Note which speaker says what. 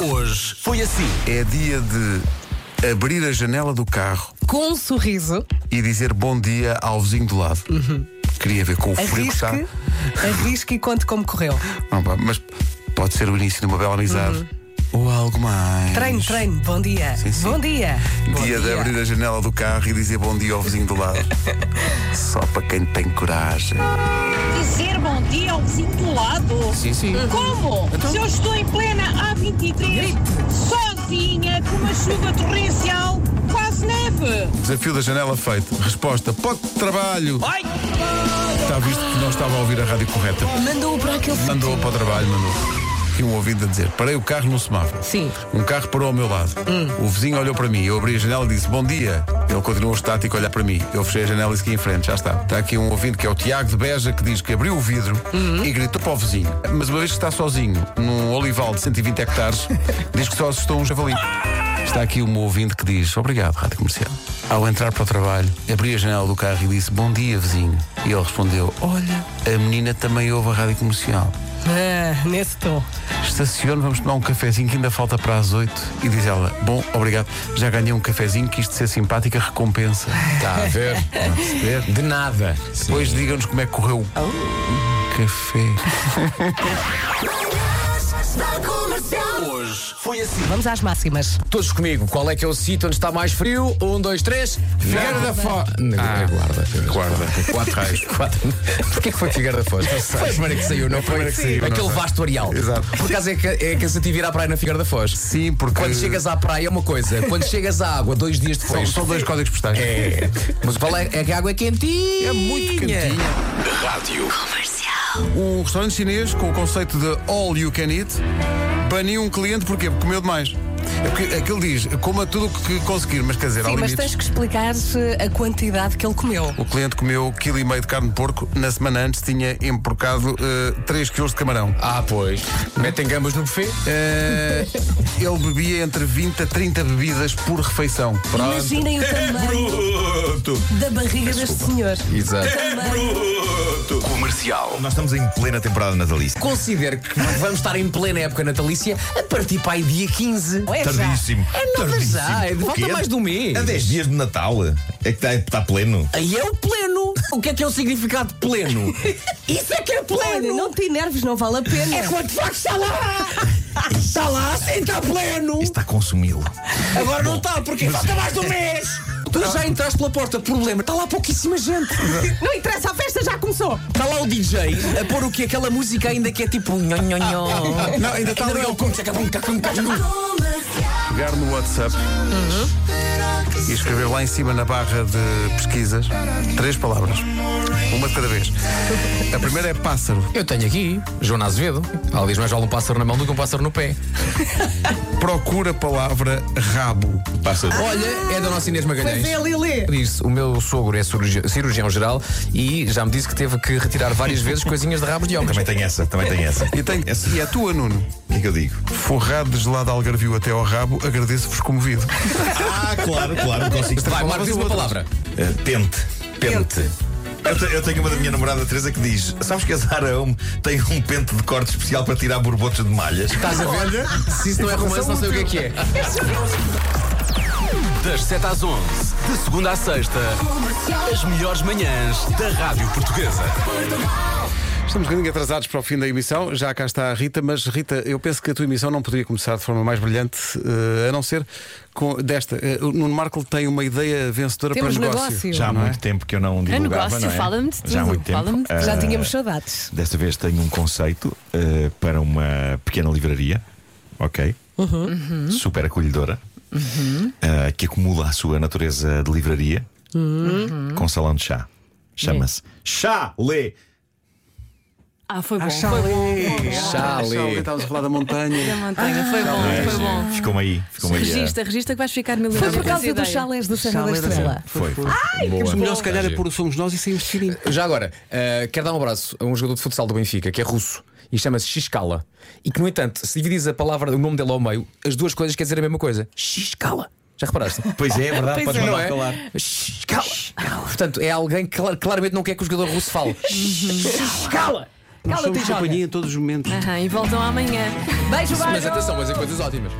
Speaker 1: Hoje foi assim.
Speaker 2: É dia de abrir a janela do carro
Speaker 3: Com um sorriso,
Speaker 2: e dizer bom dia ao vizinho do lado.
Speaker 3: Uhum.
Speaker 2: Queria ver com o frio que está.
Speaker 3: arrisque, arrisque e conte como correu.
Speaker 2: Não, pá, mas pode ser o início de uma bela amizade. Ou algo mais.
Speaker 3: Uhum. Treino, treino, bom dia.
Speaker 2: Sim, sim.
Speaker 3: Bom dia. Bom
Speaker 2: Dia de abrir a janela do carro e dizer bom dia ao vizinho do lado. Só para quem tem coragem.
Speaker 4: dizer bom dia ao vizinho do lado. Uhum.
Speaker 1: Sim, sim. Então?
Speaker 4: Como? Se eu estou em plena A23, sozinha, com uma chuva torrencial, quase neve.
Speaker 2: Desafio da janela feito. Resposta: pote de trabalho.
Speaker 1: Ai!
Speaker 2: Está visto que não estava a ouvir a rádio correta.
Speaker 3: Mandou-o para aquele
Speaker 2: Mandou para o trabalho, mandou. E um ouvido a dizer: parei o carro no semáforo.
Speaker 3: Sim.
Speaker 2: Um carro parou ao meu lado. O vizinho olhou para mim, eu abri a janela e disse bom dia. Ele continuou estático a olhar para mim. Eu fechei a janela e segui em frente, já está. Está aqui um ouvinte que é o Tiago de Beja que diz que abriu o vidro e gritou para o vizinho. Mas uma vez que está sozinho, num olival de 120 hectares, diz que só assustou um javali. Está aqui um ouvinte que diz obrigado, Rádio Comercial. Ao entrar para o trabalho, abri a janela do carro e disse bom dia, vizinho. E ele respondeu: Olha, a menina também ouve a Rádio Comercial.
Speaker 3: Ah, nesse tom.
Speaker 2: Estaciono, vamos tomar um cafezinho que ainda falta para as oito E diz ela, bom, obrigado, já ganhei um cafezinho que isto de ser simpática recompensa.
Speaker 1: Está Tá a ver?
Speaker 2: Está a perceber?
Speaker 1: De nada.
Speaker 2: Depois digam-nos como é que correu o
Speaker 3: Oh.
Speaker 2: café.
Speaker 1: Hoje foi assim.
Speaker 3: Vamos às máximas.
Speaker 1: Todos comigo, qual é que é o sítio onde está mais frio? Um, dois, três. Figueira da Foz. Não, é guarda.
Speaker 2: Guarda, quatro raios.
Speaker 1: Quatro. Porquê que foi Figueira da Foz? Foi a primeira que saiu, não foi?
Speaker 2: primeira que saiu, não
Speaker 1: Aquele
Speaker 2: sei.
Speaker 1: vasto areal.
Speaker 2: Exato.
Speaker 1: Por acaso é, ca- é cansativo ir à praia na Figueira da Foz.
Speaker 2: Sim, porque.
Speaker 1: Quando chegas à praia é uma coisa, quando chegas à água, dois dias
Speaker 2: São,
Speaker 1: depois.
Speaker 2: são dois códigos postais.
Speaker 1: É. Mas o que vale é que a água é quentinha.
Speaker 2: É muito cantinha. Rádio Comercial. Um restaurante chinês com o conceito de All You Can Eat baniu um cliente porque comeu demais. É porque aquele diz, coma tudo o que conseguir, mas quer dizer, há
Speaker 3: Sim, mas
Speaker 2: limites.
Speaker 3: tens que explicar eh, a quantidade que ele comeu.
Speaker 2: O cliente comeu quilo e meio de carne de porco. Na semana antes tinha emporcado 3 quilos de camarão.
Speaker 1: Ah, pois. Metem gambas no buffet.
Speaker 2: Eh, ele bebia entre 20 a 30 bebidas por refeição.
Speaker 3: Imaginem o
Speaker 5: É
Speaker 3: tamanho da barriga deste senhor.
Speaker 1: Exato.
Speaker 5: É Nós estamos em plena temporada natalícia.
Speaker 1: Considero que vamos estar em plena época natalícia a partir para aí dia 15.
Speaker 3: É já.
Speaker 5: Tardíssimo.
Speaker 1: É nada
Speaker 5: Tardíssimo.
Speaker 1: já, é de
Speaker 5: O
Speaker 1: volta
Speaker 5: quê?
Speaker 1: mais de um mês.
Speaker 5: A 10 dias de Natal. É que está pleno.
Speaker 1: Aí é o pleno. O que é que é o significado de pleno? Isso é que é
Speaker 3: Olha,
Speaker 1: pleno.
Speaker 3: não te enerves, não vale a pena.
Speaker 1: É quando de facto está lá. Está lá, sim, está pleno.
Speaker 5: Está tá consumi-lo.
Speaker 1: Agora não está, porque falta mais de um mês. Tu já entraste pela porta, problema. Está lá pouquíssima gente.
Speaker 3: Não interessa, a festa já começou.
Speaker 1: Está lá o DJ a pôr o quê? Aquela música ainda que é tipo. Não,
Speaker 2: Não, ainda está ali
Speaker 1: não, é
Speaker 2: ao
Speaker 1: não.
Speaker 2: pegar no WhatsApp Uhum. e escrever lá em cima na barra de pesquisas três palavras. Uma de cada vez. A primeira é pássaro.
Speaker 6: Eu tenho aqui Joana Azevedo. Ela diz mais vale um pássaro na mão do que um pássaro no pé.
Speaker 2: Procura a palavra rabo.
Speaker 5: Passa.
Speaker 6: Olha, é da nossa Inês Magalhães.
Speaker 3: Pois é, Lili.
Speaker 6: Diz, o meu sogro é cirurgi- cirurgião geral e já me disse que teve que retirar várias vezes coisinhas de rabos de homens.
Speaker 5: Também tem essa, também tem essa.
Speaker 2: E, tem,
Speaker 5: Essa-
Speaker 2: e a tua, Nuno?
Speaker 5: O que é que eu digo?
Speaker 2: Forrado de gelado algarvio até ao rabo, agradeço-vos comovido.
Speaker 5: Ah, claro, claro, consigo.
Speaker 6: Vai, Marcos, diz uma palavra.
Speaker 5: Eh, pente. Pente. Eu, te- eu tenho uma da minha namorada Teresa que diz: Sabes que a Zara Home tem um pente de corte especial para tirar borbotas de malhas?
Speaker 6: Estás a ver? Se isso não é romance, não sei o que é que é.
Speaker 7: Das 7 às 11, de segunda à sexta, as melhores manhãs da Rádio Portuguesa.
Speaker 2: Estamos um bocadinho atrasados para o fim da emissão, já cá está a Rita, mas Rita, eu penso que a tua emissão não poderia começar de forma mais brilhante, eh, a não ser com desta. Eh, o Nuno Marco tem uma ideia vencedora
Speaker 3: Temos
Speaker 2: para negócio.
Speaker 3: negócio.
Speaker 5: Já há
Speaker 2: Não é?
Speaker 5: muito tempo que eu não
Speaker 8: É
Speaker 5: divulgava,
Speaker 8: negócio,
Speaker 5: não é?
Speaker 8: fala-me de tudo.
Speaker 5: Já há muito tempo.
Speaker 8: Fala-me de
Speaker 5: Ah,
Speaker 3: Já tínhamos saudades.
Speaker 5: Desta vez tenho um conceito eh, para uma pequena livraria, ok?
Speaker 3: Uhum.
Speaker 8: Uhum.
Speaker 5: Super acolhedora, eh, que acumula a sua natureza de livraria
Speaker 8: Uhum.
Speaker 5: com salão de chá. Chama-se Chá-lê.
Speaker 8: Ah, foi bom.
Speaker 2: Chale.
Speaker 6: Chale.
Speaker 2: Estávamos a falar da montanha. Ah, é?
Speaker 8: Montanha, foi bom, foi bom.
Speaker 5: Ficou-me aí, ficou-me aí. eh,
Speaker 8: Regista, regista que vais ficar milionário.
Speaker 3: Foi por
Speaker 8: com
Speaker 3: causa
Speaker 8: essa
Speaker 3: dos
Speaker 8: ideia.
Speaker 3: chalés do Serra da
Speaker 2: Chale da
Speaker 3: Estrela.
Speaker 5: Foi. foi.
Speaker 6: Boa.
Speaker 2: Melhor se calhar é pôr o somos nós e saímos de fininho.
Speaker 6: Já agora, eh, quero dar um abraço a um jogador de futsal do Benfica que é russo e chama-se Xiscala. E que, no entanto, se dividires a palavra, o nome dele ao meio, as duas coisas quer dizer a mesma coisa. Xiscala. Já reparaste?
Speaker 5: Pois é, é verdade, podes
Speaker 6: não
Speaker 5: mandar
Speaker 6: é?
Speaker 5: calar.
Speaker 6: Escala. Portanto, é alguém que clar- claramente não quer que o jogador russo fale. Escala.
Speaker 9: Nós
Speaker 2: Cala-te e
Speaker 9: somos
Speaker 2: joga.
Speaker 9: companhia em todos os momentos.
Speaker 2: Aham, e voltam amanhã. Beijo,
Speaker 8: Ah,
Speaker 1: Mas
Speaker 2: beijo.
Speaker 1: atenção, mas é coisas ótimas.